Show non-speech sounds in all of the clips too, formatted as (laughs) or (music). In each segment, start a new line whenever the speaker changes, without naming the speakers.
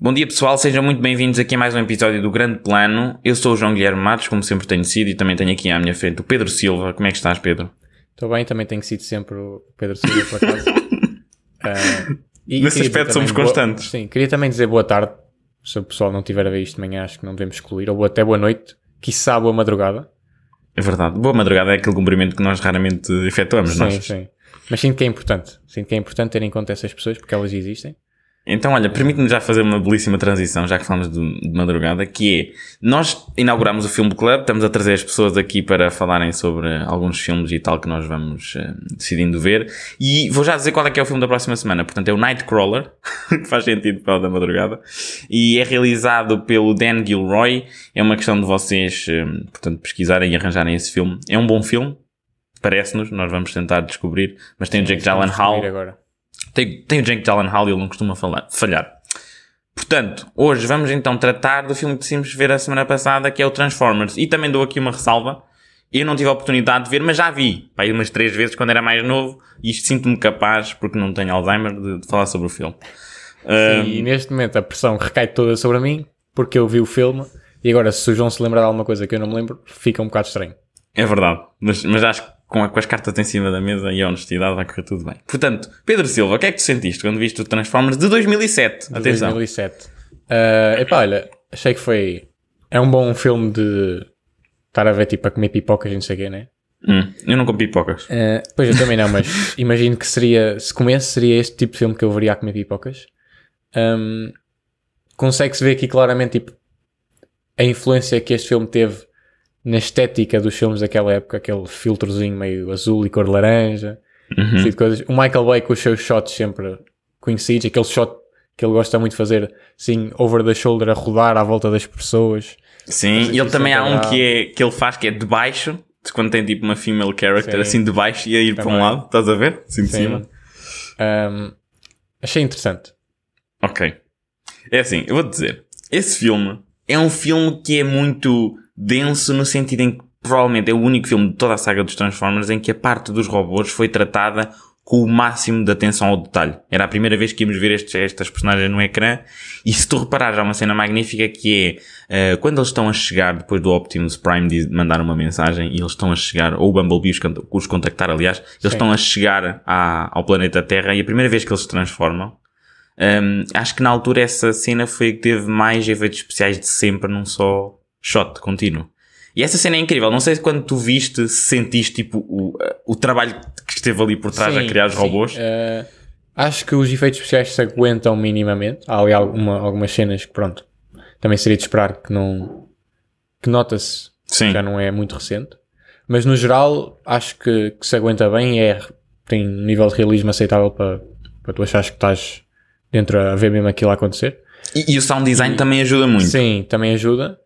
Bom dia pessoal, sejam muito bem-vindos aqui a mais um episódio do Grande Plano. Eu sou o João Guilherme Matos, como sempre tenho sido, e também tenho aqui à minha frente o Pedro Silva. Como é que estás, Pedro?
Estou bem, também tenho sido sempre o Pedro Silva,
(laughs)
por acaso. Ah, e-
Nesse
e queria dizer
aspecto
também
somos
boa-
constantes.
Sim, queria também dizer boa tarde. Se o pessoal não tiver a ver isto de manhã, acho que não devemos excluir. Ou até boa noite, quiçá boa madrugada.
É verdade. Boa madrugada é aquele cumprimento que nós raramente efetuamos,
sim,
nós.
sim. Mas sinto que é importante. Sinto que é importante ter em conta essas pessoas porque elas existem.
Então, olha, permite-me já fazer uma belíssima transição, já que falamos de, de madrugada, que é, nós inauguramos o Filme Club, estamos a trazer as pessoas aqui para falarem sobre alguns filmes e tal que nós vamos eh, decidindo ver, e vou já dizer qual é que é o filme da próxima semana, portanto é o Nightcrawler, (laughs) que faz sentido para o da madrugada, e é realizado pelo Dan Gilroy, é uma questão de vocês, eh, portanto, pesquisarem e arranjarem esse filme, é um bom filme, parece-nos, nós vamos tentar descobrir, mas tem o Jake
Isso vamos
Gyllenhaal,
descobrir agora.
tem, tem o Jake Gyllenhaal e ele não costuma falar- falhar. Portanto, hoje vamos então tratar do filme que decidimos ver a semana passada, que é o Transformers. E também dou aqui uma ressalva. Eu não tive a oportunidade de ver, mas já vi. Pai, umas três vezes quando era mais novo. E isto sinto-me capaz, porque não tenho Alzheimer, de, de falar sobre o filme. Ah, Um,
E neste momento a pressão recai toda sobre mim porque eu vi o filme. E agora, se o João se lembra de alguma coisa que eu não me lembro, fica um bocado estranho.
É verdade. Mas, mas acho que com, a- com as cartas em cima da mesa e a honestidade vai correr tudo bem. Portanto, Pedro Silva, o que é que tu sentiste quando viste o Transformers de 2007?
de
Atenção.
2007. Ah, epá, olha, achei que foi. É um bom filme de estar a ver tipo a comer pipocas e não sei o quê, né?
Hum, eu não como pipocas.
Ah, pois eu também não, mas imagino que seria. Se comesse, seria este tipo de filme que eu veria a comer pipocas. Ahm, Consegue-se ver aqui claramente tipo, a influência que este filme teve na estética dos filmes daquela época, aquele filtrozinho meio azul e cor de laranja
Uhum.
tipo de coisas. O Michael Bay com os seus shots sempre conhecidos, aquele shot que ele gosta muito de fazer, assim, over the shoulder, a rodar à volta das pessoas.
Sim,
Mas
e ele
aqui
também há um
sempre há-
que, é, que ele faz que é de baixo, de quando tem tipo uma female character
Sim.
assim de baixo e a ir para um
Também.
lado, estás a ver? Assim de
Sim.
cima.
Ahm, achei interessante.
Ok. É assim, eu vou-te dizer. Esse filme é um filme que é muito denso no sentido em que provavelmente é o único filme de toda a saga dos Transformers em que a parte dos robôs foi tratada com o máximo de atenção ao detalhe. Era a primeira vez que íamos ver estes- estas personagens no ecrã e se tu reparares há uma cena magnífica que é eh, quando eles estão a chegar depois do Optimus Prime diz- mandar uma mensagem e eles estão a chegar, ou o Bumblebee os, cont- os contactar aliás, eles estão a chegar à- ao planeta Terra e a primeira vez que eles se transformam um, acho que na altura essa cena foi a que teve mais efeitos especiais de sempre num só shot contínuo. E essa cena é incrível. Não sei se quando tu viste, se sentiste tipo o, o trabalho que esteve ali por trás a
Sim,
criar os
sim.
robôs.
Ah, acho que os efeitos especiais se aguentam minimamente. Há ali alguma- algumas cenas que, pronto, também seria de esperar que não. que nota-se
Sim.
já não é muito recente. Mas no geral, acho que, que se aguenta bem e é, tem um nível de realismo aceitável para, para tu achares que estás dentro a ver mesmo aquilo a acontecer.
E, e o sound design também ajuda muito.
Sim, também ajuda.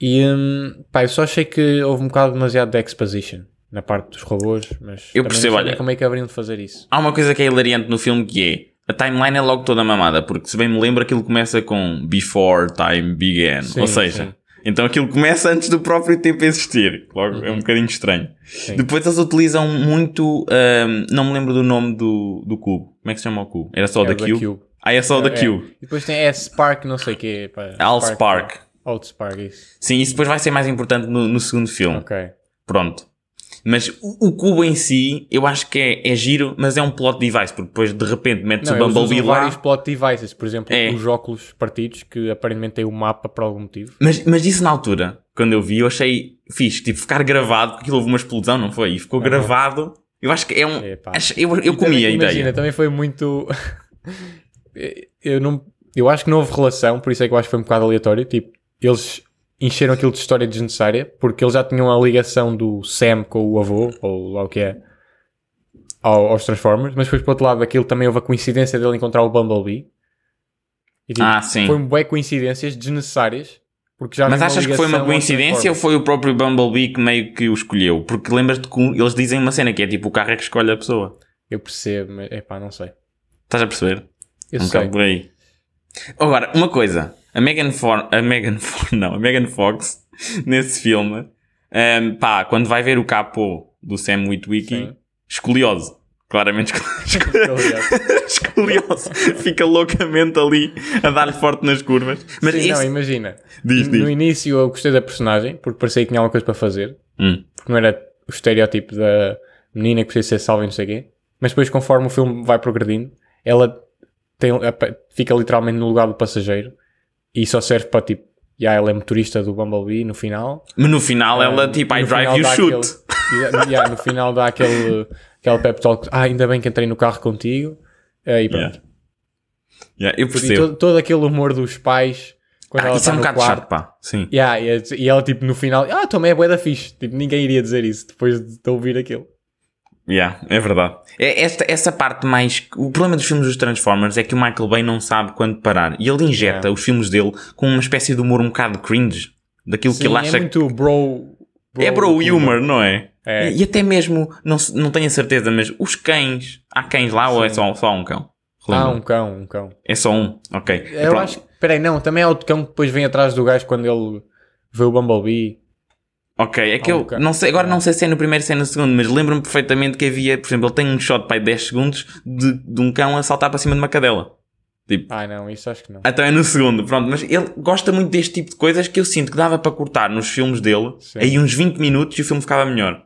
E hum, pá, eu só achei que houve um bocado demasiado de exposition na parte dos robôs, mas
Eu
também não
percebo,
sabia
olha.
como é que haveriam de fazer isso.
Há uma coisa que é hilariante no filme que é a timeline é logo toda mamada, porque se bem me lembro aquilo começa com Before Time Began.
Sim,
Ou seja,
sim.
então aquilo começa antes do próprio tempo existir. Logo é um
Uhum.
bocadinho estranho. Depois eles utilizam muito. ahm, não me lembro do nome do, do cubo. Como é que se chama o cubo? Era só o
É
da
o da
Q?
Cube.
Ah, é só o da
É.
Q.
E depois tem é Spark, não sei o quê. Pá,
All Spark.
All Spark, isso.
Sim, isso depois vai ser mais importante no, no segundo filme.
Ok.
Pronto. Mas o, o cubo em si, eu acho que é, é giro, mas é um plot device, porque depois de repente metes
Não,
o
eles
Bumblebee
usam
lá.
vários plot devices, por exemplo,
É.
os óculos partidos que aparentemente têm o mapa por algum motivo.
Mas, mas isso na altura, quando eu vi, eu achei fixe, tipo, ficar gravado, porque aquilo houve uma explosão, não foi? E ficou gravado. Eu acho que é um.
Epá.
acho- eu eu comi
E também,
a
Então, imagina,
ideia.
também foi muito. (laughs) eu não, eu acho que não houve relação, por isso é que eu acho que foi um bocado aleatório. Tipo, eles encheram aquilo de história desnecessária porque eles já tinham a ligação do Sam com o avô ou lá o que é ao- aos Transformers, mas depois por outro lado aquilo também houve a coincidência dele encontrar o Bumblebee. E, tipo,
Ah, sim.
Foi um bué coincidências desnecessárias porque já
Mas
havia
achas que foi uma
ligação aos
coincidência ou
Transformers.
foi o próprio Bumblebee que meio que o escolheu? Porque lembras-te que um- eles dizem uma cena que é tipo o carro é que escolhe a pessoa.
Eu percebo, mas epá, não sei.
Estás a perceber?
Eu
um
sei.
bocado por aí. Agora, (laughs) uma coisa. A Megan Fox... A Megan Fox... Não, a Megan Fox, (laughs) nesse filme, Ahm, pá, quando vai ver o capô do Sam Witwicky,
Sim.
escoliose. Claramente escoliose. (laughs) escoliose. Fica loucamente ali a dar-lhe forte nas curvas. (laughs) Mas
Mas Sim, não,
esse-
imagina.
Diz,
No
diz.
início eu gostei da personagem, porque parecia que tinha alguma coisa para fazer.
Hum.
Porque não era o estereótipo da menina que precisa ser salva e não sei o quê. Mas depois, conforme o filme vai progredindo, ela tem- apa- fica literalmente no lugar do passageiro e só serve para tipo. Já ela é motorista do Bumblebee no final.
Mas no final ela,
Um,
tipo,
e
I
no
drive
final
you
dá
shoot.
aquele- e- yeah, no final dá aquele, aquele pep talk. Ah, ainda bem que entrei no carro contigo. Eh, E pronto.
Yeah. Yeah, eu
E
percebo.
todo, todo aquele humor dos pais quando
Ah,
ela
isso
está
é um
no
bocado
quarto.
chato, pá. Sim.
Yeah, e, a- e ela tipo no final, ah, também é bué da fixe. Tipo, ninguém iria dizer isso depois de, de ouvir aquilo.
Yeah, é verdade. É- Esta, essa parte mais. O problema dos filmes dos Transformers é que o Michael Bay não sabe quando parar. E ele injeta
Yeah.
os filmes dele com uma espécie de humor um bocado cringe. Daquilo que
Sim,
ele acha.
é muito bro, bro.
é bro humor, não é?
É.
E, e até mesmo, não, se- não tenho a certeza, mas os cães. Há cães lá ou é só, só um cão?
Ah,
Relembra?
um cão, um cão.
É só um. Ok.
É, Eu
Pronto.
acho que, peraí, não, também é outro cão que depois vem atrás do gajo quando ele vê o Bumblebee.
Ok, é que
Há um
eu
ca-
não sei, agora não sei se é no primeiro, se é no segundo, mas lembro-me perfeitamente que havia, por exemplo, ele tem um shot pai 10 segundos de, de um cão a saltar para cima de uma cadela. Tipo,
Ah, não, isso acho que não.
então é no segundo, pronto, mas ele gosta muito deste tipo de coisas que eu sinto que dava para cortar nos filmes dele
Sim. Hum.
aí uns 20 minutos e o filme ficava melhor.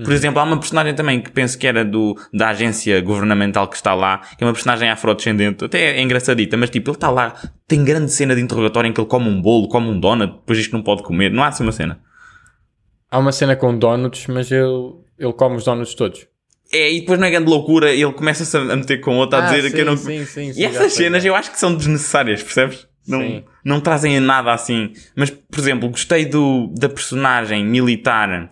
Por exemplo, há uma personagem também que penso que era do, da agência governamental que está lá, que é uma personagem afrodescendente, até é engraçadita, mas tipo, ele está lá, tem grande cena de interrogatório em que ele come um bolo, come um donut, depois diz que não pode comer, não há assim uma cena.
Há uma cena com donuts, mas ele, ele come os donuts todos.
É, e depois não é grande loucura, ele começa-se a meter com outro, Tá a
Ah,
dizer
sim,
que eu não.
Sim, sim, sim,
e
já
essas
sei,
cenas
já.
eu acho que são desnecessárias, percebes? Não,
Sim.
não trazem nada assim. Mas, por exemplo, gostei do, da personagem militar.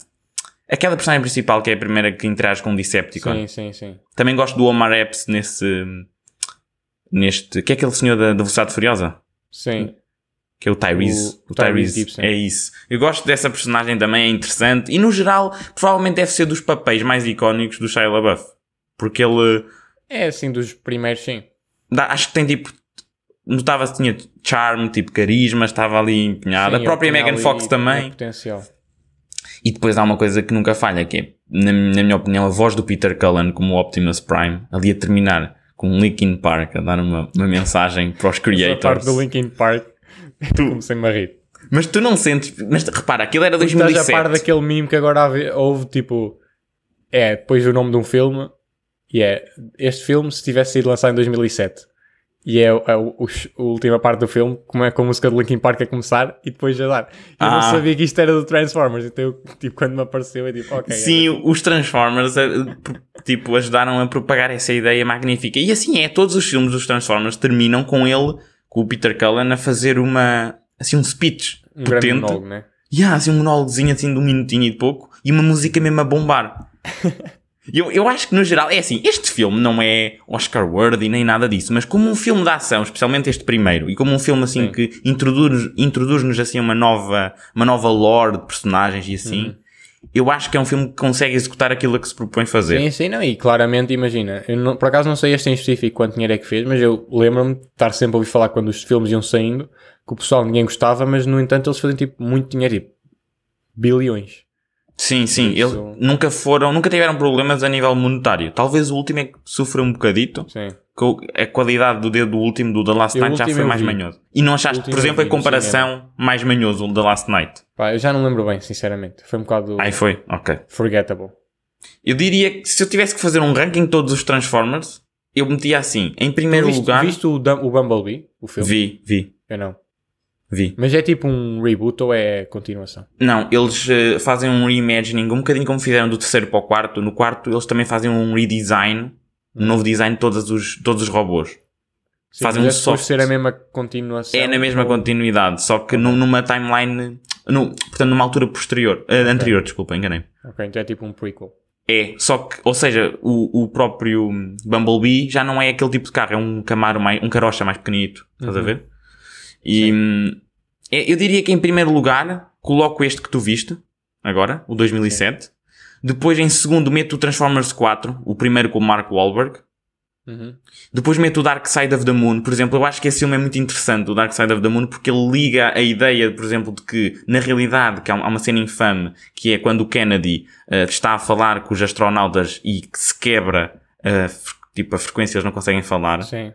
Aquela personagem principal que é a primeira que interage com o Decepticon.
Sim, sim, sim.
Também gosto do Omar Epps nesse. Neste. Que é aquele senhor da, da Velocidade Furiosa?
Sim.
Que é o Tyrese.
O
O, Tyrese.
Tyrese Gibson.
É isso. Eu gosto dessa personagem também, é interessante. E no geral, provavelmente deve ser dos papéis mais icónicos do Shia LaBeouf. Porque ele.
É assim, dos primeiros, sim.
dá- acho que tem tipo. Notava-se que tinha charme, tipo carisma, estava ali empenhada. a
Sim,
Ah, própria
ele tinha
Megan
ali
Fox
muito
também.
Potencial.
tipo, E depois há uma coisa que nunca falha, que é, na, na minha opinião, a voz do Peter Cullen como Optimus Prime, ali a terminar com um Linkin Park, a dar uma, uma mensagem para os
A parte do
creators.
Linkin Park, (laughs) comecei-me a rir.
Mas tu não sentes... Mas repara, aquilo era
Tu Estás a
2007.
Tá par daquele meme que agora houve- houve, tipo... É, depois o nome de um filme. E é... Este filme, se tivesse sido lançado em 2007. E é, o- é o- o sh- a última parte do filme, como é com a música do Linkin Park a começar e depois a dar. E Eu
Ah.
não sabia que isto era do Transformers, então eu, tipo, quando me apareceu, eu tipo, ok. é
Sim, os Transformers eh, pro- tipo, ajudaram a propagar essa ideia magnífica. E assim é, todos os filmes dos Transformers terminam com ele, com o Peter Cullen, a fazer uma... Assim, um speech
um grande
potente.
monólogo, né?
E há assim um monólogozinho assim de um minutinho e de pouco e uma música mesmo a
(laughs)
bombar. E eu, eu acho que no geral é assim, este filme não é Oscar worthy nem nada disso, mas como um filme de ação, especialmente este primeiro, e como um filme assim
Sim.
que introduz- introduz-nos assim uma nova, uma nova lore de personagens e assim,
Uhum.
eu acho que é um filme que consegue executar aquilo a que se propõe fazer.
Sim, sim, não. E claramente, imagina, eu não- por acaso não sei este em específico quanto dinheiro é que fez, mas eu lembro-me de estar sempre a ouvir falar quando os filmes iam saindo que o pessoal ninguém gostava, mas no entanto eles fazem tipo muito dinheiro, tipo bilhões.
Sim, sim,
Por isso-
eles nunca foram, nunca tiveram problemas a nível monetário. Talvez o último é que sofra um bocadito,
Sim.
Co- a qualidade do dedo do último do The Last
Eu, o
Night já
último
foi
eu
mais
vi.
manhoso. E não achaste,
O último
por
eu
exemplo,
vi
em
no
comparação, mais manhoso o The Last Night?
Pá, eu já não lembro bem, sinceramente. Foi um bocado
Aí foi, ok.
forgettable.
Eu diria que se eu tivesse que fazer um ranking de todos os Transformers, eu metia assim, em primeiro
viste,
lugar.
viste o, Dum- o Bumblebee, o filme?
Vi, vi,
Eu não.
vi.
Mas é tipo um reboot ou é continuação?
Não, eles eh, fazem um reimagining, um bocadinho como fizeram do terceiro para o quarto. No quarto, eles também fazem um redesign, um novo design de todos os, todos os robôs.
Sim,
Fazem
mas
um
é
soft.
suposto ser a mesma continuação.
É na mesma
ou-
continuidade, só que nu- numa timeline. nu- portanto, numa altura posterior. eh, Anterior, desculpa, enganei.
Ok, então é tipo um prequel.
É, só que, ou seja, o, o próprio Bumblebee já não é aquele tipo de carro, é um Camaro mais, um carocha mais pequenito, estás a
Uhum.
ver? E hum, é- eu diria que em primeiro lugar coloco este que tu viste, agora, o 2007. Depois em segundo meto o Transformers 4, o primeiro com o Mark Wahlberg.
Uhum.
Depois mete o Dark Side of the Moon, por exemplo. Eu acho que esse filme é muito interessante, o Dark Side of the Moon, porque ele liga a ideia, por exemplo, de que, na realidade, que há um- há uma cena infame, que é quando o Kennedy eh, está a falar com os astronautas e que se quebra, eh, fre- tipo, a frequência eles não conseguem falar.
Sim.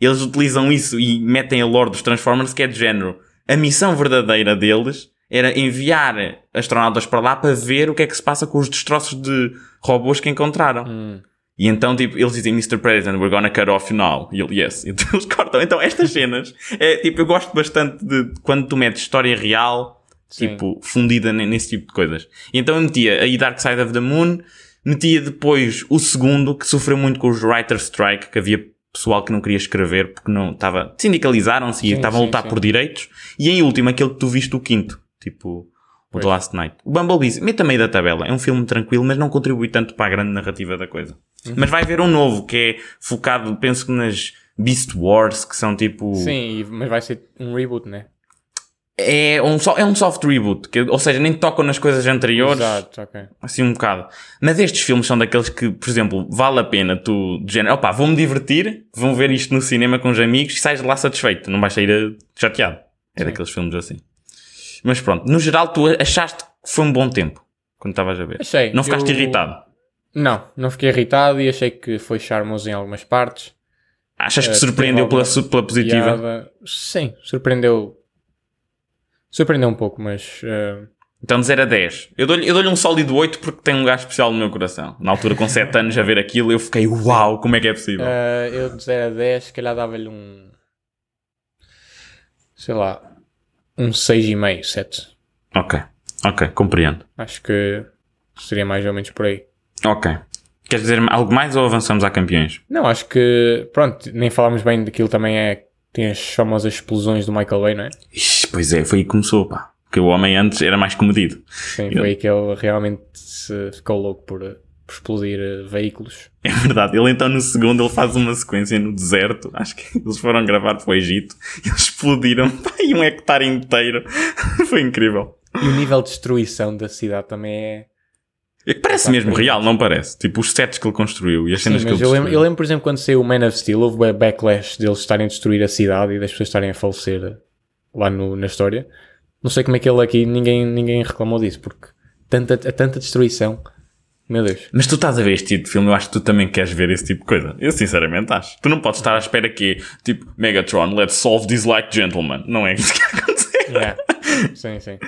Eles utilizam isso e metem a lore dos Transformers, que é de género. A missão verdadeira deles era enviar astronautas para lá para ver o que é que se passa com os destroços de robôs que encontraram.
Hum.
E então, tipo, eles dizem, Mr. President, we're gonna cut off now. E ele, yes. (laughs) Então eles cortam. Então, estas cenas, é, tipo, eu gosto bastante de quando tu metes história real,
Sim.
tipo, fundida ne- nesse tipo de coisas. E então eu metia aí Dark Side of the Moon, metia depois o segundo, que sofreu muito com os writer strike, que havia pessoal que não queria escrever porque não estava... Sindicalizaram-se e
Sim,
estavam a
sim,
lutar
sim.
por direitos. E em último, aquele que tu viste, o quinto. Tipo... O The Last Night. O Bumblebee, meta meio da tabela. É um filme tranquilo, mas não contribui tanto para a grande narrativa da coisa.
Uhum.
Mas vai haver um novo que é focado, penso que nas Beast Wars, que são tipo.
Sim, e- mas vai ser um reboot, né?
É um, so- é um soft reboot, que, ou seja, nem tocam nas coisas anteriores,
Exato, ok.
assim um bocado. Mas estes filmes são daqueles que, por exemplo, vale a pena tu, de género, opá, vou-me divertir, vão ver isto no cinema com os amigos e sais de lá satisfeito, não vais sair eh, chateado. É
Sim.
daqueles filmes assim. Mas pronto, no geral, tu achaste que foi um bom tempo quando estavas a ver.
Achei,
Não ficaste
eu-
irritado.
Não, não fiquei irritado e achei que foi charmoso em algumas partes.
Achas que
Eh,
te
teve
surpreendeu pela,
alguma
su- pela positiva?
Piada. Sim, surpreendeu. Surpreendeu um pouco, mas. eh,
Então de 0 a 10. Eu dou-lhe eu dou-lhe um sólido 8 porque tem um lugar especial no meu coração. Na altura, com 7 anos, a ver aquilo, eu fiquei uau, como é que é possível?
eh, eu de 0 a 10, se calhar dava-lhe um. Sei lá. Um 6,5, 7.
Ok, ok, compreendo.
Acho que seria mais ou menos por aí.
Ok. Queres dizer algo mais ou avançamos a campeões?
Não, acho que. Pronto, nem falámos bem daquilo também é. Tem as famosas explosões do Michael Bay, não é?
Ixi, pois é, foi aí que começou, pá. Porque o homem antes era mais comedido. (laughs)
Sim, foi aí que ele realmente se ficou louco por, eh, por explodir eh, veículos.
É verdade. Ele então no segundo ele faz uma sequência no deserto. Acho que eles foram gravar para o Egito. (laughs) Eles explodiram pá, e um hectare inteiro. (laughs) foi incrível.
E o nível de destruição da cidade também é.
É que Parece mesmo real, não parece? Tipo os sets que ele construiu e as cenas
Sim,
que ele
mas eu lembro,
construiu.
eu lembro, por exemplo, quando saiu o Man of Steel, houve bué backlash deles estarem a destruir a cidade e das pessoas estarem a falecer lá no- na história. Não sei como é que ele aqui, ninguém, ninguém reclamou disso, porque tanta, a tanta destruição. Meu Deus.
Mas tu estás a ver este tipo de filme, eu acho que tu também queres ver esse tipo de coisa. Eu sinceramente acho. Tu não podes estar à espera que, tipo, Megatron, let's solve this like gentlemen. Não é isso que (laughs) acontece.
Yeah. sim, sim.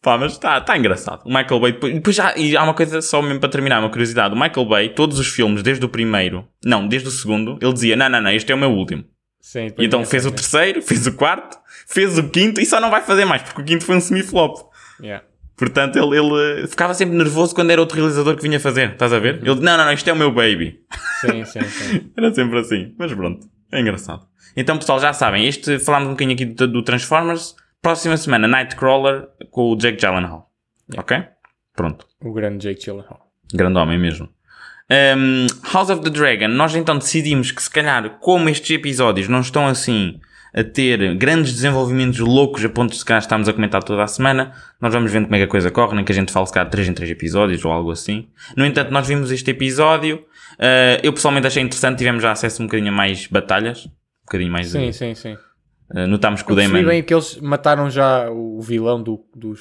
Pá, mas está tá engraçado. O Michael Bay, depois, depois já, e há uma coisa só mesmo para terminar, uma curiosidade. O Michael Bay, todos os filmes, desde o primeiro, não, desde o segundo, ele dizia, não, não, não, este é o meu último.
sim
E então fez o
né?
terceiro, fez o quarto, fez o quinto e só não vai fazer mais, porque o quinto foi um semi-flop.
Yeah.
Portanto, ele, ele eh, ficava sempre nervoso quando era outro realizador que vinha fazer, estás a ver? Ele, não, não, não, isto é o meu baby. (laughs)
Sim, sim, sim.
Era sempre assim, mas pronto, é engraçado. Então, pessoal, já sabem, este falámos um bocadinho aqui do, do Transformers. Próxima semana, Nightcrawler com o Jake Gyllenhaal. Ok? Pronto.
O grande Jake Gyllenhaal.
Grande homem mesmo. Um, House of the Dragon, nós então decidimos que se calhar, como estes episódios não estão assim a ter grandes desenvolvimentos loucos a ponto de se calhar estamos a comentar toda a semana, nós vamos vendo como é que a coisa corre, nem que a gente fale se calhar 3 em 3 episódios ou algo assim. No entanto, nós vimos este episódio, uh, eu pessoalmente achei interessante, tivemos já acesso a um bocadinho a mais batalhas, um bocadinho mais.
Sim, sim, sim.
uh, notámos que o
Percebi
Damon.
bem que eles mataram já o vilão do- dos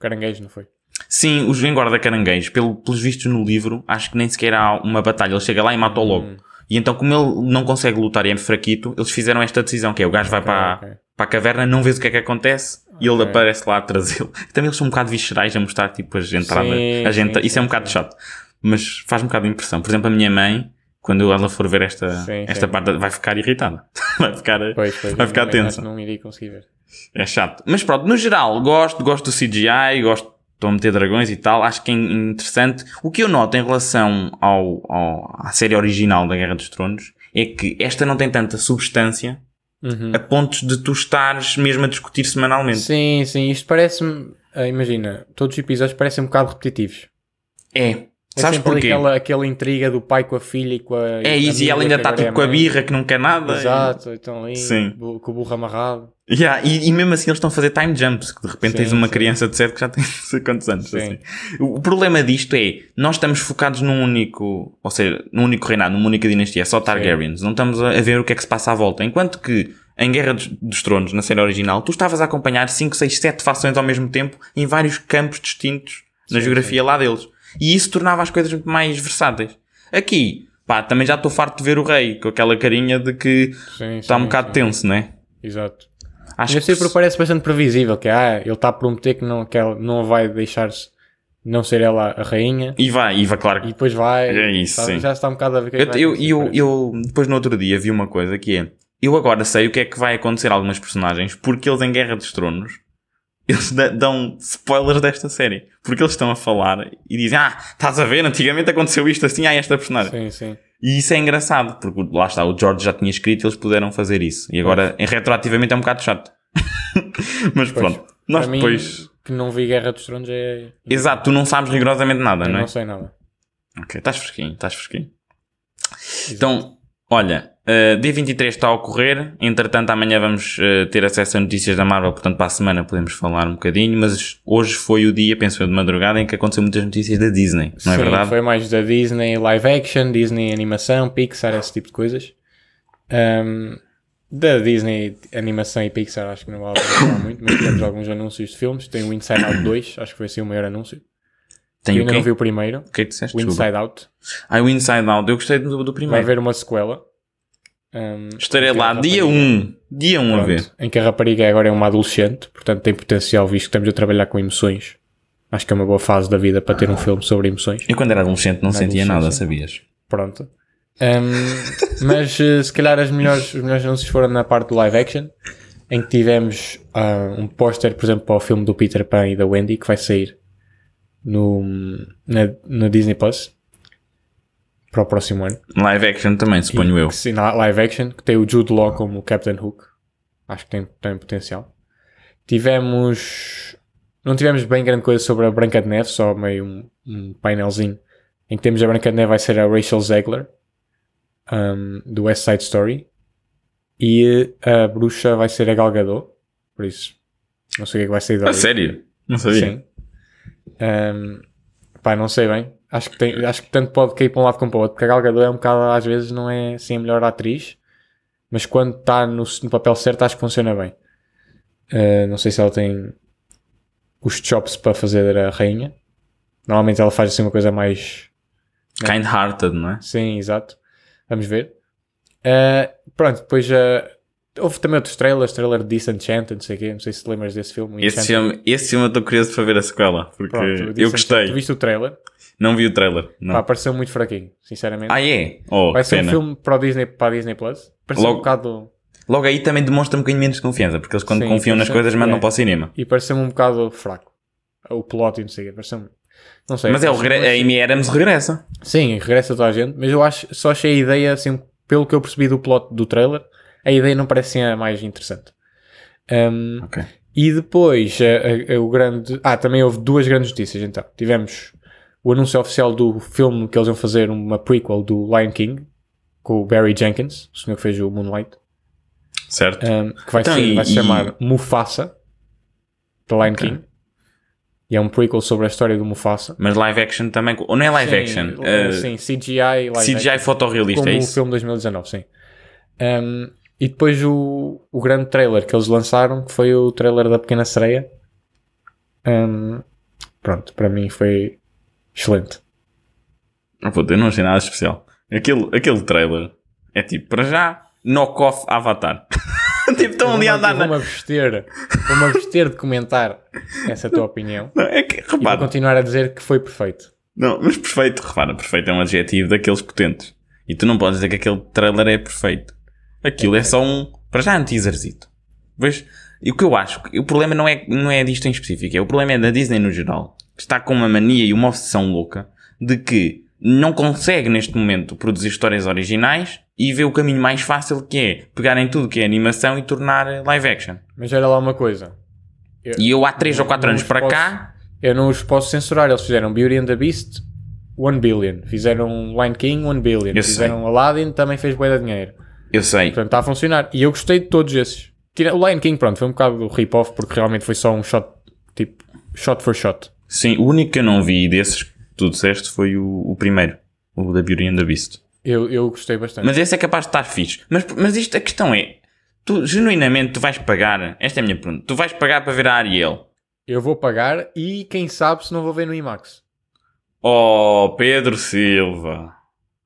caranguejos, não foi?
Sim, os Engorda Caranguejos, pelo, pelos vistos no livro, acho que nem sequer há uma batalha. Ele chega lá e mata logo.
Hum.
E então, como ele não consegue lutar e é fraquito, eles fizeram esta decisão: que é o gajo vai para,
ok.
para a caverna, não vês o que é que acontece e ele
Ok.
aparece lá a trazê-lo. (laughs) Também eles são um bocado viscerais a mostrar tipo as entradas.
Sim,
a gente,
sim,
isso é um
sim,
bocado
sim.
chato, mas faz um bocado de impressão. Por exemplo, a minha mãe, quando ela for ver esta,
Sim,
esta
sim.
parte, vai ficar irritada. (laughs) vai ficar. eh,
Pois, pois,
Vai
eu
ficar
também
tenso.
acho que Não iria conseguir ver.
É chato. Mas pronto, no geral, gosto, gosto do CGI, gosto de meter dragões e tal, acho que é in- interessante. O que eu noto em relação ao, ao- à série original da Guerra dos Tronos é que esta não tem tanta substância
Uhum.
a pontos de tu estares mesmo a discutir semanalmente.
Sim, sim, isto parece-me. ah, imagina, todos os episódios parecem um bocado repetitivos.
É.
É
Sabes
sempre
porquê?
Aquela, aquela intriga do pai com a filha e com a.
É isso, e ela ainda está tipo com a birra que não quer nada. e-
Exato, então ali,
Sim.
bu- com o burro amarrado.
Yeah, e, e mesmo assim eles estão a fazer time jumps, que de repente
Sim,
tens uma
sim.
criança de 7 que já tem (laughs) não sei quantos anos.
Sim.
assim. O o problema disto é, nós estamos focados num único, ou seja, num único reinado, numa única dinastia, só Targaryens. Não estamos a, a ver o que é que se passa à volta. Enquanto que em Guerra dos, dos Tronos, na série original, tu estavas a acompanhar 5, 6, 7 fações ao mesmo tempo em vários campos distintos na
Sim,
geografia lá deles. E isso tornava as coisas muito mais versáteis. Aqui, pá, também já estou farto de ver o rei, com aquela carinha de que
Sim,
está um
sim,
bocado
sim.
tenso, não é?
Exato.
Acho
Deve ser porque parece bastante previsível que ah, ele está a prometer que não, que ela não vai deixar-se não ser ela a rainha
E vai, e vai, claro.
e depois vai.
É isso,
tá-
sim.
Já está um bocado a ver o que é que vai
eu, eu,
acontecer,
eu,
parece.
eu- depois no outro dia vi uma coisa que é: eu agora sei o que é que vai acontecer a algumas personagens porque eles em Guerra dos Tronos (laughs) eles da- dão spoilers desta série. Porque eles estão a falar e dizem: Ah, estás a ver? Antigamente aconteceu isto assim a esta personagem.
Sim, sim.
E isso é engraçado porque lá está, o George já tinha escrito e eles puderam fazer isso. E agora, em retroativamente, é um bocado chato. (laughs) Mas
Pois,
pronto, nós
Para mim,
depois.
que não vi Guerra dos Tronos é.
Exato, tu não sabes rigorosamente nada,
Eu
não é?
não sei nada.
Ok, estás fresquinho, estás fresquinho. Então, olha, eh, D23 está a ocorrer, entretanto amanhã vamos eh, ter acesso a notícias da Marvel, portanto para a semana podemos falar um bocadinho, mas hoje foi o dia, penso eu, de madrugada, em que aconteceu muitas notícias da Disney, não é
Sim,
verdade?
Foi mais da Disney live action, Disney animação, Pixar, esse tipo de coisas. Ahm, da Disney animação e Pixar, acho que não vale a pena falar muito, mas temos alguns anúncios de filmes. Tem o Inside Out 2, acho que foi assim o maior anúncio.
Tem
eu
o
ainda
quê?
não vi o primeiro.
O que é que disseste?
O
Desculpa. é.
Inside Out.
Ah, o Inside Out, eu gostei do, do
Vai
primeiro.
haver uma sequela. ahm,
Estarei
em que a
lá, dia
rapariga-
1, dia 1 a
pronto,
ver.
Em que a rapariga agora é uma adolescente, portanto tem potencial, visto que estamos a trabalhar com emoções. Acho que é uma boa fase da vida para ter um filme sobre emoções.
Eu quando era adolescente não
Na
sentia nada,
adolescência.
sabias?
Pronto. Ahm, (laughs) mas eh, se calhar as melhores, os melhores anúncios foram na parte do live action, em que tivemos ah, um póster, por exemplo, para o filme do Peter Pan e da Wendy, que vai sair no, na, na Disney Plus para o próximo ano.
Live action também, suponho eu.
Que sim, na live action, que tem o Jude Law como o Captain Hook. Acho que tem, tem potencial. Tivemos. Não tivemos bem grande coisa sobre a Branca de Neve, só meio um, um painelzinho em que temos a Branca de Neve vai ser a Rachel Zegler um, do West Side Story e a bruxa vai ser a Gal Gadot, por isso não sei o que é que vai sair
A
dali.
sério? Não sabia.
Sim. Ahm, pá, não sei bem. Acho que, tem, acho que tanto pode cair para um lado como para o outro, porque a Gal Gadot é um bocado, às vezes, não é assim a melhor atriz, mas quando está no, no papel certo, acho que funciona bem. Ah, não sei se ela tem os chops para fazer a rainha. Normalmente ela faz assim uma coisa mais
Kind-hearted, não é?
Sim, exato. Vamos ver. Ah, pronto, depois ah, houve também outros trailers, trailer de Disenchanted, não sei o quê, não sei se te lembras desse filme.
Esse
Enchanted.
filme, esse filme eu estou curioso para ver a sequela, porque
Pronto, o
eu
Disenchanted. Tu
gostei.
viste o trailer?
Não vi o trailer. Não.
Pá, pareceu muito fraquinho, sinceramente.
Ah, é? Oh,
Vai
que
ser
pena.
um filme para, o Disney, para a Disney Plus. Pareceu
Logo-
um bocado.
Logo aí também demonstra um bocadinho menos confiança, porque eles quando
Sim,
confiam nas
portanto,
coisas mandam
é.
para o cinema.
E pareceu-me um bocado fraco. O plot e não sei o quê. Pareceu-me. Não sei.
Mas é, o
pareceu-
regre... a Amy Adams regressa.
Sim, regressa toda a gente, mas eu acho, só achei a ideia, assim, pelo que eu percebi do plot do trailer, a ideia não parece assim, a mais interessante. Ahm,
Ok.
E depois, a- a- a- o grande. Ah, também houve duas grandes notícias então. Tivemos o anúncio oficial do filme que eles iam fazer, uma prequel do Lion King, com o Barry Jenkins, o senhor que fez o Moonlight,
Certo?
um, que vai,
Então,
ser-
e-
vai se
e-
chamar Mufasa, The Lion
Ok.
King. E é um prequel sobre a história do Mufasa.
Mas live action também. Ou não é live
Sim,
action?
eh,
eh,
sim, CGI, live
CGI
action,
fotorrealista,
como
é
o
isso?
filme 2019, sim. Um, e depois o, o grande trailer que eles lançaram, que foi o trailer da Pequena Sereia. Um, pronto, para mim foi excelente.
Ah, puta, eu não achei nada especial. Aquele, aquele trailer é tipo, para já, knock-off Avatar. (laughs) tipo, estão ali a andar.
Vou-me
Na...
abster, vou-me abster de comentar essa tua opinião.
Não, é que,
E vou
repara,
continuar a dizer que foi perfeito.
Não, mas perfeito, repara, perfeito é um adjetivo daqueles potentes. E tu não podes dizer que aquele trailer é perfeito. Aquilo é só um. Para já é um teaserzito. Vês? E o que eu acho, que o problema não é, não é disto em específico, é o problema é da Disney no geral, que está com uma mania e uma obsessão louca de que não consegue neste momento produzir histórias originais e vê o caminho mais fácil que é pegarem tudo que é animação e tornar live action.
Mas olha lá uma coisa.
E eu há 3 ou 4
Não
anos
os
para
posso-
cá,
Eu não os posso censurar. Eles fizeram Beauty and the Beast, One Billion. Fizeram Lion King, One Billion.
Eu sei.
Fizeram Aladdin, também fez bué de dinheiro.
Eu sei.
Portanto, está a funcionar. E eu gostei de todos esses. Tira- O Lion King, pronto, foi um bocado do rip-off, porque realmente foi só um shot, tipo, shot for shot.
Sim, o único que eu não vi desses que tu disseste foi o, o primeiro. O da Beauty and the Beast.
Eu, eu gostei bastante.
Mas esse é capaz de estar fixe. Mas, mas isto, a questão é... Tu, genuinamente, tu vais pagar... Esta é a minha pergunta. Tu vais pagar para ver a Ariel.
Eu vou pagar e quem sabe se não vou ver no IMAX.
Oh, Pedro Silva.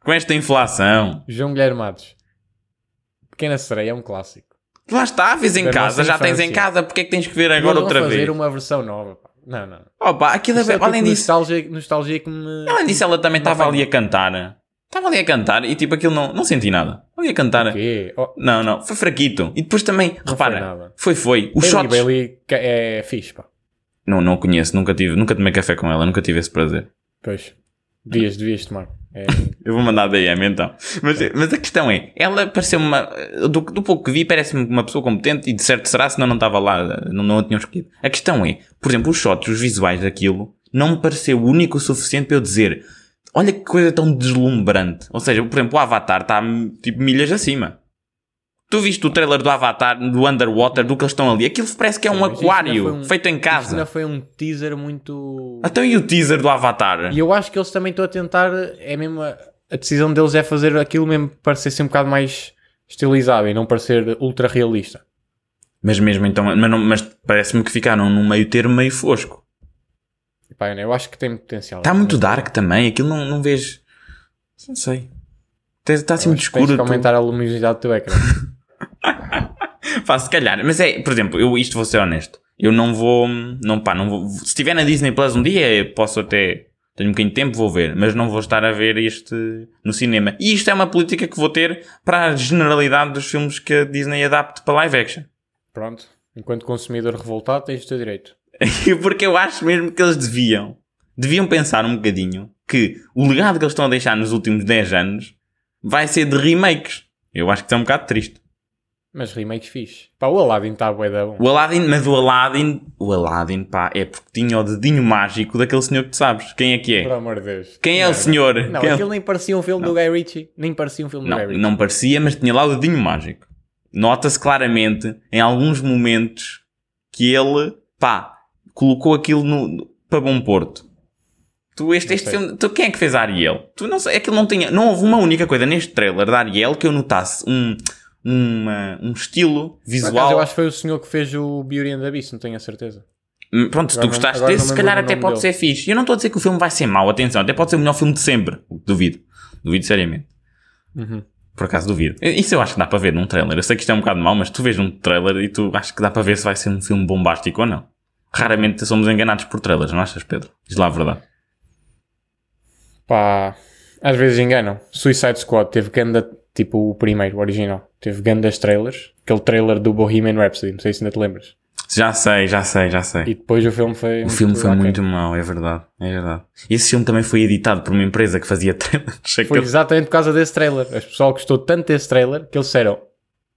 Com esta inflação.
João Guilherme Matos. Pequena Sereia é um clássico.
Lá está, fiz em
Da
casa.
nossa
Já tens em
infância.
casa. Porque é que tens que ver agora
Eles vão
outra
fazer um
vez?
uma versão nova. pá. Não, não.
Opa, aquilo é...
Isto é
bem- Além
tudo
disso...
nostalgia, nostalgia que me...
Além disso, ela também
Não
estava
vai
ali a cantar. Estava ali a cantar e tipo aquilo não, não senti nada. Ali a cantar.
Quê? Oh,
Não, não, foi fraquito. E depois também, repara,
foi nada.
foi, foi, Os
Hailey
shots.
Bailey ca- é fixe, pá.
Não, não conheço, nunca tive, nunca tomei café com ela, nunca tive esse prazer.
Pois. Devias, devias tomar. É,
Eu vou mandar DM então. Mas, mas a questão é, ela pareceu uma. Do, do pouco que vi, parece-me uma pessoa competente e de certo será, senão não estava lá, não, não a tinham escolhido. A questão é, por exemplo, os shots, os visuais daquilo, não me pareceu único o suficiente para eu dizer. Olha que coisa tão deslumbrante. Ou seja, por exemplo, o Avatar está tipo milhas acima. Tu viste o trailer do Avatar, do Underwater, do que eles estão ali? Aquilo parece que é um
mas isto ainda
aquário
foi um-
feito em
Isto
(laughs) casa.
ainda foi um teaser muito...
Então e o teaser do Avatar?
E eu acho que eles também estão a tentar... É mesmo... A, a decisão deles é fazer aquilo mesmo parecer ser um bocado mais estilizado e não parecer ultra realista.
Mas mesmo então, mas, não- mas parece-me que ficaram num meio termo meio fosco.
Pá, eu acho que tem potencial.
Está Tá muito dark também, aquilo não, não vês. Não sei. Está assim muito
Tens
escuro.
que
tu-
aumentar a luminosidade do teu ecrã. (laughs)
Pá, se calhar. Mas é, por exemplo, eu isto vou ser honesto. Eu não vou. Não, pá, não vou. Se estiver na Disney Plus um dia, eu posso até. Tenho um bocadinho de tempo, vou ver, mas não vou estar a ver este no cinema. E isto é uma política que vou ter para a generalidade dos filmes que a Disney adapte para live action.
Pronto. Enquanto consumidor revoltado, tens o teu direito.
Porque eu acho mesmo que eles deviam. Deviam pensar um bocadinho que o legado que eles estão a deixar nos últimos 10 anos vai ser de remakes. Eu acho que isso é um bocado triste.
Mas remakes fixe. Pá, o Aladdin está bué da bom.
O Aladdin, mas o Aladdin, o Aladdin, pá, é porque tinha o dedinho mágico daquele senhor que tu sabes. Quem é que
Por
é?
amor de Deus.
Quem é
Não,
o senhor?
Não,
Quem é o-
aquilo nem parecia um filme do Guy Ritchie. Nem parecia um filme do Guy
Não,
Ritchie.
não parecia, mas tinha lá o dedinho mágico. Nota-se claramente, em alguns momentos, que ele, pá, colocou aquilo no, no- para bom porto. Tu, este, este
sei.
filme, tu, quem é que fez a Ariel? Tu não sei, aquilo não tinha, não houve uma única coisa neste trailer da Ariel que eu notasse um, uma- um estilo
Por acaso, eu
visual.
acho que foi o senhor que fez o Beauty and the Beast, não tenho a certeza.
Hum, Pronto, se tu
Agora não-
gostaste
agora
desse,
não
se
me lembro
calhar
do
até
nome
pode ser fixe. Eu não estou a dizer que o filme vai ser mau, atenção, até pode ser o melhor filme de sempre. Duvido, duvido seriamente. Uhum. Por acaso duvido. Isso eu acho que dá para ver num trailer. Eu sei que isto é um bocado mau, mas tu vês num trailer e tu acho que dá para ver se vai ser um filme bombástico ou não. Raramente somos enganados por trailers, não achas, Pedro? Diz lá a verdade.
Pá, às vezes enganam. Suicide Squad teve ganda, tipo o primeiro, o original. Teve gandas trailers. Aquele trailer do Bohemian Rhapsody, não sei se ainda te lembras.
Já sei, já sei, já sei.
E depois o filme foi...
O filme foi muito mau, é verdade. É verdade. Esse filme também foi editado por uma empresa que fazia (laughs) trailers.
Foi
Aquele-
exatamente por causa desse trailer. As pessoal gostou tanto desse trailer que eles disseram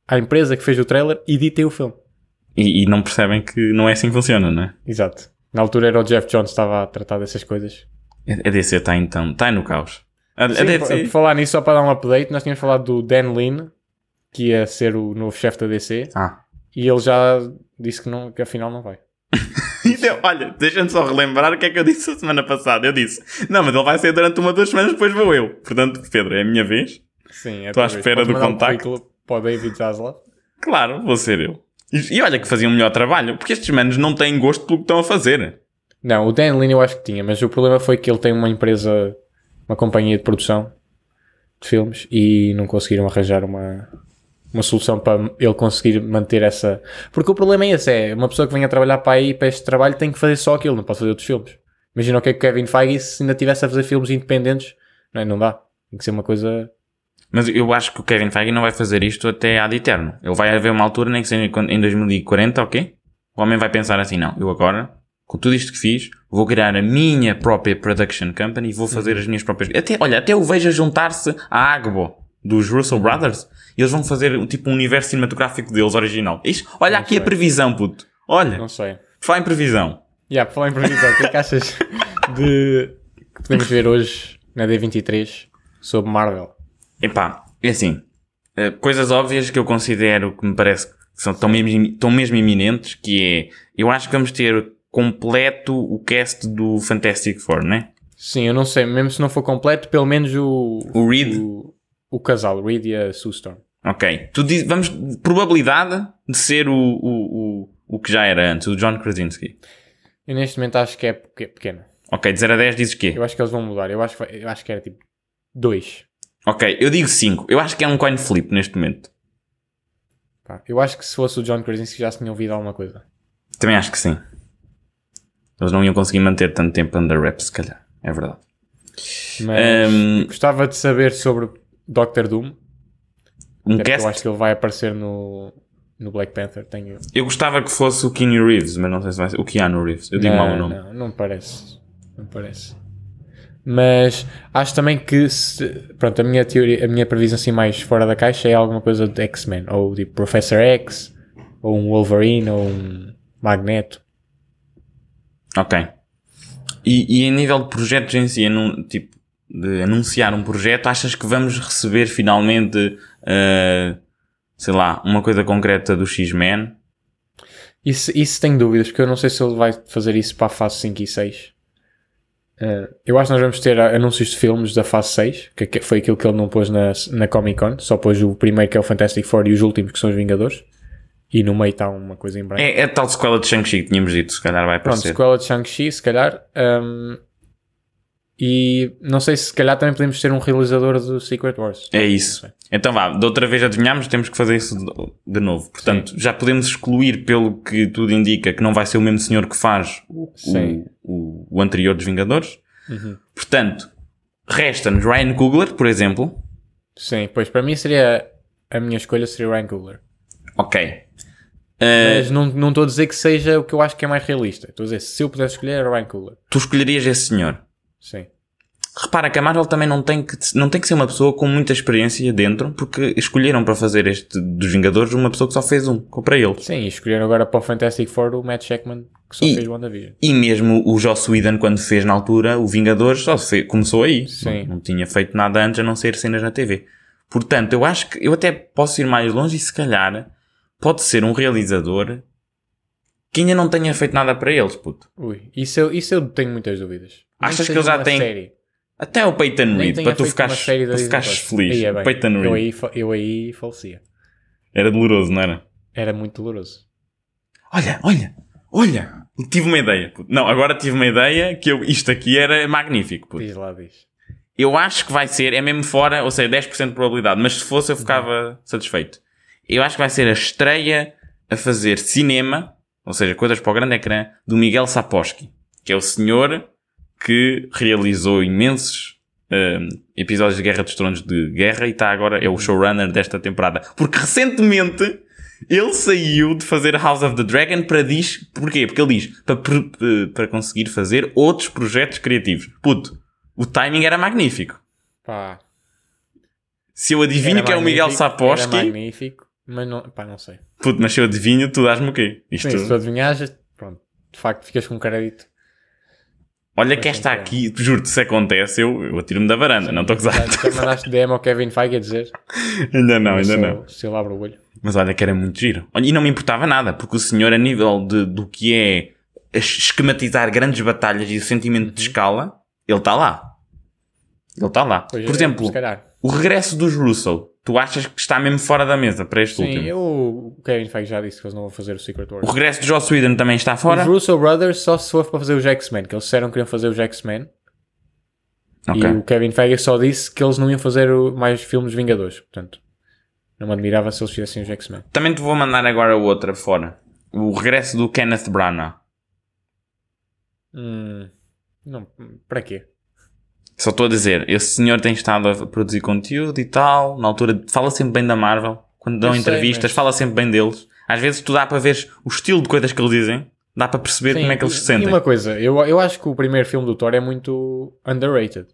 à empresa que fez o trailer editem o filme.
E, e não percebem que não é assim que funciona, não é?
Exato. Na altura era o Jeff Jones que estava a tratar dessas coisas.
A a DC está então, está no caos. É, A, a
Sim, por,
DC.
por falar nisso, só para dar um update, nós tínhamos falado do Dan Lin, que ia ser o novo chefe da DC,
Ah.
e ele já disse que, não, que afinal não vai.
Então, olha, deixa-me só relembrar o que é que eu disse a semana passada. Eu disse, não, mas ele vai ser durante uma, duas semanas, depois vou eu. Portanto, Pedro, é a minha vez.
Sim, é
Estou à espera do contacto.
Um para o David Zaslav.
Claro, vou ser eu. E, e olha que fazia um melhor trabalho, porque estes manos não têm gosto pelo que estão a fazer.
Não, o Dan Lin eu acho que tinha, mas o problema foi que ele tem uma empresa, uma companhia de produção de filmes e não conseguiram arranjar uma, uma solução para ele conseguir manter essa. Porque o problema é esse: é uma pessoa que venha trabalhar para aí para este trabalho tem que fazer só aquilo, não pode fazer outros filmes. Imagina o que é que o Kevin Feige se ainda tivesse a fazer filmes independentes, não, é? não dá. Tem que ser uma coisa.
Mas eu acho que o Kevin Feige não vai fazer isto até ad eterno. Ele vai haver uma altura, nem que seja quando- em 2040, ok? O homem vai pensar assim, não, eu agora, com tudo isto que fiz, vou criar a minha própria production company e vou fazer as minhas próprias... Até, olha, até eu vejo a juntar-se à Agbo, dos Russell Brothers. E eles vão fazer um tipo um universo cinematográfico deles, original. Isto, olha
Não
aqui a
sei.
previsão, puto. Olha,
Não sei.
fala em previsão.
Já, yeah, por falar em previsão, o que é que achas de. que podemos ver hoje na D23 sobre Marvel.
Epá, é assim. eh, Coisas óbvias que eu considero que me parece que são tão mesmo, tão mesmo iminentes, que é, eu acho que vamos ter completo o cast do Fantastic Four, né?
Sim, eu não sei, mesmo se não for completo, pelo menos o.
O Reed?
O, o casal, o Reed e a Sue Storm.
Ok. Tu diz, vamos, probabilidade de ser o, o, o, o que já era antes, o John Krasinski.
Eu neste momento acho que é peque- pequena.
Ok, de 0 a 10 dizes quê?
Eu acho que eles vão mudar. Eu acho que, vai- eu acho que era tipo 2.
Ok, eu digo 5. Eu acho que é um coin flip neste momento.
Eu acho que se fosse o John Krasinski já se tinha ouvido alguma coisa.
Também acho que sim. Eles não iam conseguir manter tanto tempo under wraps, se calhar. É verdade.
Mas
Ahm,
gostava de saber sobre Doctor Doom.
um
até É porque
cast
Eu acho que ele vai aparecer no, no Black Panther. Tenho...
Eu gostava que fosse o Keanu Reeves, mas não sei se vai ser. O Keanu Reeves. Eu digo mal o nome.
Ah, Não, não me parece. Não me parece. Mas acho também que se- pronto, a minha teoria, a minha previsão assim mais fora da caixa é alguma coisa de X-Men, ou de Professor X, ou um Wolverine, ou um Magneto.
Ok. E, e em nível de projetos em si, anu- tipo, de anunciar um projeto, achas que vamos receber finalmente, eh, sei lá, uma coisa concreta do X-Men?
Isso, isso tenho dúvidas, porque eu não sei se ele vai fazer isso para a fase 5 e 6. Eh, eu acho que nós vamos ter ah, anúncios de filmes da fase 6, que que foi aquilo que ele não pôs na, na Comic Con, só pôs o primeiro que é o Fantastic Four e os últimos que são os Vingadores. E no meio está uma coisa em branco.
É, é a tal sequela de Shang-Chi que tínhamos dito, se calhar vai
Pronto,
aparecer.
sequela de Shang-Chi, se calhar. hum, e não sei se se calhar também podemos ter um realizador do Secret Wars.
É isso. Então vá, da outra vez adivinhámos, temos que fazer isso de- de novo. Portanto, já podemos excluir, pelo que tudo indica, que não vai ser o mesmo senhor que faz o,
Sim.
o, o anterior dos Vingadores. Portanto, resta-nos Ryan Coogler, por exemplo.
Sim, pois para mim seria. A minha escolha seria o Ryan Coogler.
Ok. Uh,
Mas não não estou a dizer que seja o que eu acho que é mais realista. Estou a dizer, se eu pudesse escolher, era o Ryan Coogler.
tu escolherias esse senhor.
Sim.
Repara que a Marvel também não tem que, não tem que ser uma pessoa com muita experiência dentro, porque escolheram para fazer este dos Vingadores uma pessoa que só fez um, compra ele.
Sim, e escolheram agora para o Fantastic Four o Matt Shackman, que só
E-
fez o WandaVision.
E mesmo o Joss Whedon, quando fez na altura, o Vingadores, só se- começou aí.
Sim.
Não, não tinha feito nada antes a não ser cenas na TV. Portanto, eu acho que eu até posso ir mais longe e se calhar pode ser um realizador que ainda não tenha feito nada para eles, puto.
Ui, isso eu, isso eu tenho muitas dúvidas. Nem
Achas que
seja
ele já
uma
tem-
série.
Até o Peyton
Nem
Reed,
tenha
para tu
feito uma
ficares,
série da
para
Disney
ficares
Plus.
feliz.
Aí é bem,
Peyton
eu
Reed.
aí, fa- eu aí falecia.
Era doloroso, não era?
Era muito doloroso.
Olha, olha, olha. Tive uma ideia. puto. Não, agora tive uma ideia que eu, isto aqui era magnífico, puto.
Diz lá, diz.
Eu acho que vai ser, é mesmo fora, ou seja, 10% de probabilidade, mas se fosse eu ficava satisfeito. Eu acho que vai ser a estreia a fazer cinema, ou seja, coisas para o grande ecrã, do Miguel Saposki, que é o senhor que realizou imensos hum, episódios de Guerra dos Tronos de Guerra e está agora, é o showrunner desta temporada. Porque recentemente ele saiu de fazer House of the Dragon para diz, porquê? Porque ele diz, para, pre- eh, para conseguir fazer outros projetos criativos. Puto, o timing era magnífico.
Pá.
Se eu adivinho
era
que é o Miguel
magnífico, Era
Saposki,
magnífico, mas não, pá, não sei.
puto, mas se eu adivinho, tu dás-me o quê? Isto...
Sim, se tu adivinhas, pronto, de facto ficas com crédito.
Olha que
Pois
esta
então.
aqui, juro-te, se acontece, eu, eu atiro-me da varanda, não estou a
Já,
gozar.
já mandaste DM ao Kevin Feige a dizer.
(laughs) Ainda não, ainda
se,
não.
Se ele abre o olho.
Mas olha que era muito giro. Olha, E não me importava nada, porque o senhor, a nível de, do que é es- esquematizar grandes batalhas e o sentimento
Uhum.
de escala, ele está lá. Ele está lá.
Pois,
Por
é,
exemplo,
Se calhar.
o regresso dos Russell, tu achas que está mesmo fora da mesa para este
Sim,
último?
eu, o Kevin Feige já disse que eles não vão fazer o Secret
O
Wars.
regresso de Joss Whedon também está fora?
Os Russo Brothers só se fosse para fazer os X-Men, que eles disseram que queriam fazer os X-Men.
Ok.
E o Kevin Feige só disse que eles não iam fazer o- mais filmes Vingadores. Portanto, não me admirava se eles fizessem os X-Men.
Também te vou mandar agora outra fora. O regresso do Kenneth Branagh.
Hum, não, para quê?
Só estou a dizer, esse senhor tem estado a produzir conteúdo e tal, na altura fala sempre bem da Marvel, quando dão
Eu sei,
entrevistas,
mas-
fala sempre bem deles. Às vezes tu dá para ver o estilo de coisas que eles dizem, dá para perceber
Sim,
como é que eles
e-
se sentem.
E
E,
uma coisa, eu, eu acho que o primeiro filme do Thor é muito underrated.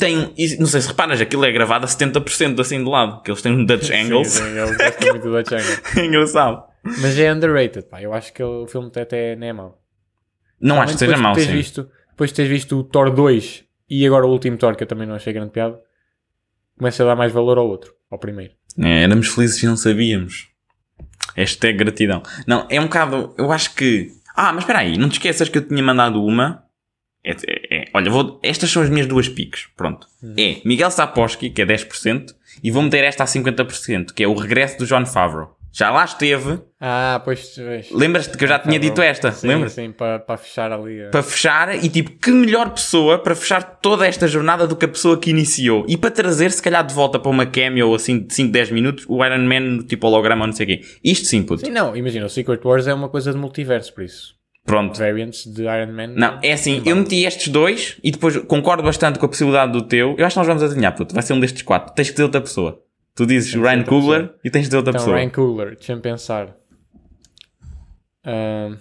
tem, e não sei se reparas, aquilo é gravado a 70% assim de lado, que eles têm um Dutch angles.
Sim, sim, eu gosto muito da Jungle.
(laughs) É engraçado.
Mas é underrated, pá. Eu acho que o filme até, até nem é mau.
Não acho que seja
Realmente,
mau,
depois de
sim.
teres Visto, depois de teres visto o Thor 2 E agora o último Thor, que eu também não achei grande piada, começa a dar mais valor ao outro, ao primeiro.
É, éramos felizes e não sabíamos. Hashtag gratidão. Não, é um bocado. Eu acho que. Ah, mas espera aí, não te esqueças que eu tinha mandado uma. É, é, é, olha, vou, estas são as minhas duas piques. Pronto. É Miguel Saposki, que é 10%, e vou meter esta a 50%, que é o regresso do John Favreau. Já lá esteve.
Ah, pois. pois. Tá
Lembras-te que eu já tinha dito esta?
Sim,
Lembras?
sim, para, para fechar ali. a-
para fechar e tipo, que melhor pessoa para fechar toda esta jornada do que a pessoa que iniciou e para trazer se calhar de volta para uma cameo assim de 5, 10 minutos o Iron Man tipo holograma não sei o quê. Isto sim, puto.
Sim, não, imagina, o Secret Wars é uma coisa de multiverso, por isso.
Pronto.
Variants de Iron Man.
Não, é assim, eu meti estes dois e depois concordo bastante com a possibilidade do teu. Eu acho que nós vamos adivinhar, puto. Vai ser um destes quatro. Tens que dizer outra pessoa. Tu dizes
que
Ryan
dizer outra
Coogler e tens de dizer outra
Então,
pessoa.
Ryan Coogler, deixa-me pensar. Ahm.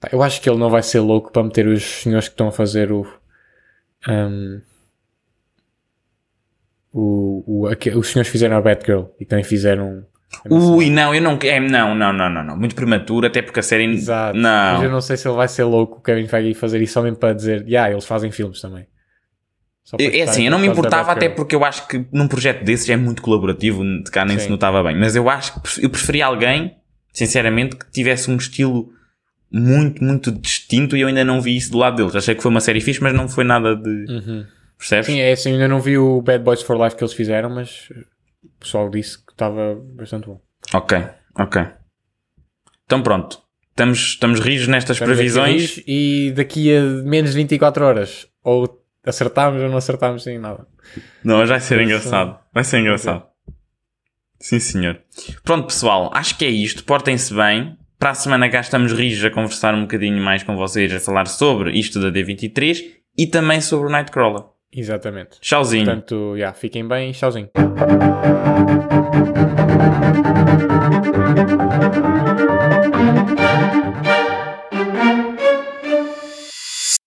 Pá, eu acho que ele não vai ser louco para meter os senhores que estão a fazer o. ahm, o, o aque- os senhores fizeram a Batgirl e também fizeram. um
Ui, não, eu não. É, não, não, não, não, não. Muito prematuro, até porque a série.
Exato. Mas eu
Não.
não sei se ele vai ser louco o Kevin Feige fazer isso só mesmo para dizer, yeah, eles fazem filmes também. Só para
É
estar-
assim, eu não me
por causa da
importava até
Batgirl.
porque eu acho que num projeto desses é muito colaborativo, de cá nem se
Sim.
notava bem. Mas eu acho que pref- eu preferia alguém, sinceramente, que tivesse um estilo muito, muito distinto e eu ainda não vi isso do lado deles. Achei que foi uma série fixe, mas não foi nada de.
Uhum.
Percebes?
Sim, é assim, ainda não vi o Bad Boys for Life que eles fizeram, mas o pessoal disse que estava bastante bom.
Ok, ok. Então pronto. Estamos, estamos rijos nestas
Estamos
previsões.
aqui hoje E daqui a menos de 24 horas, ou acertámos ou não acertámos em nada.
Não, mas vai ser
Vai ser-
engraçado. Vai ser engraçado. Sim, senhor. Pronto, pessoal, acho que é isto. Portem-se bem. Para a semana cá estamos rijos a conversar um bocadinho mais com vocês, a falar sobre isto da D23 e também sobre o Nightcrawler.
Exatamente.
Tchauzinho.
Portanto, yeah, fiquem bem, tchauzinho.